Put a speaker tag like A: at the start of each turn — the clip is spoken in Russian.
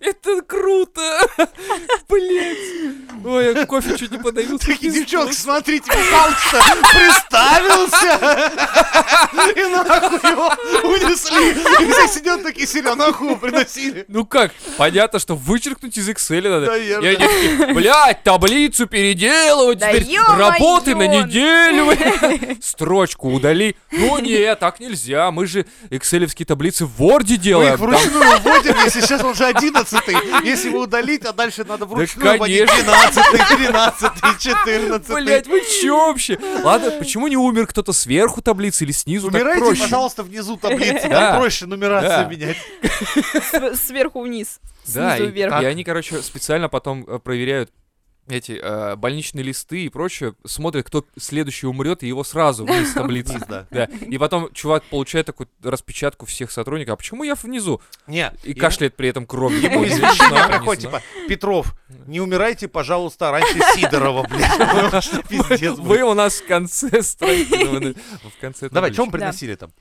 A: это круто! Блять! Ой, я кофе чуть не подавился.
B: Такие, девчонки, смотрите, Михалыч-то приставился. И нахуй его унесли. И все сидят такие, Серега, нахуй его приносили.
A: Ну как? Понятно, что вычеркнуть из Excel надо. И
B: Наверное.
A: они такие, блядь, таблицу переделывать,
C: Да
A: теперь
C: ё-моё!
A: работы на неделю, строчку удали. Ну нет, так нельзя, мы же экселевские таблицы в Word
B: Мы
A: делаем.
B: их
A: Там-
B: вручную вводим, если сейчас уже 11 Если его удалить, а дальше надо вручную вводить
A: конечно.
B: 12 13 14
A: Блять, вы чё вообще? Ладно, почему не умер кто-то сверху таблицы или снизу? Так
B: Умирайте,
A: проще.
B: пожалуйста, внизу таблицы,
A: Да.
B: там проще нумерацию
A: Да.
B: менять.
C: С- Сверху вниз.
A: Да,
C: снизу
A: и,
C: вверх.
A: и они, короче, специально потом э, проверяют эти э, больничные листы и прочее, смотрят, кто следующий умрет, и его сразу вниз с таблицы.
B: Вниз, да.
A: Да. И потом чувак получает такую распечатку всех сотрудников. А почему я внизу?
B: Не,
A: И
B: ему-
A: кашляет при этом кровью.
B: Ему
A: Я не
B: извещение
A: знаю,
B: проходит,
A: не
B: типа, Петров, не умирайте, пожалуйста, раньше Сидорова, блядь. Потому что типа, пиздец,
A: знаю. Вы
B: блядь.
A: у нас в конце строки, ну, вы на- В конце
B: Давай,
A: таблички.
B: чем приносили там?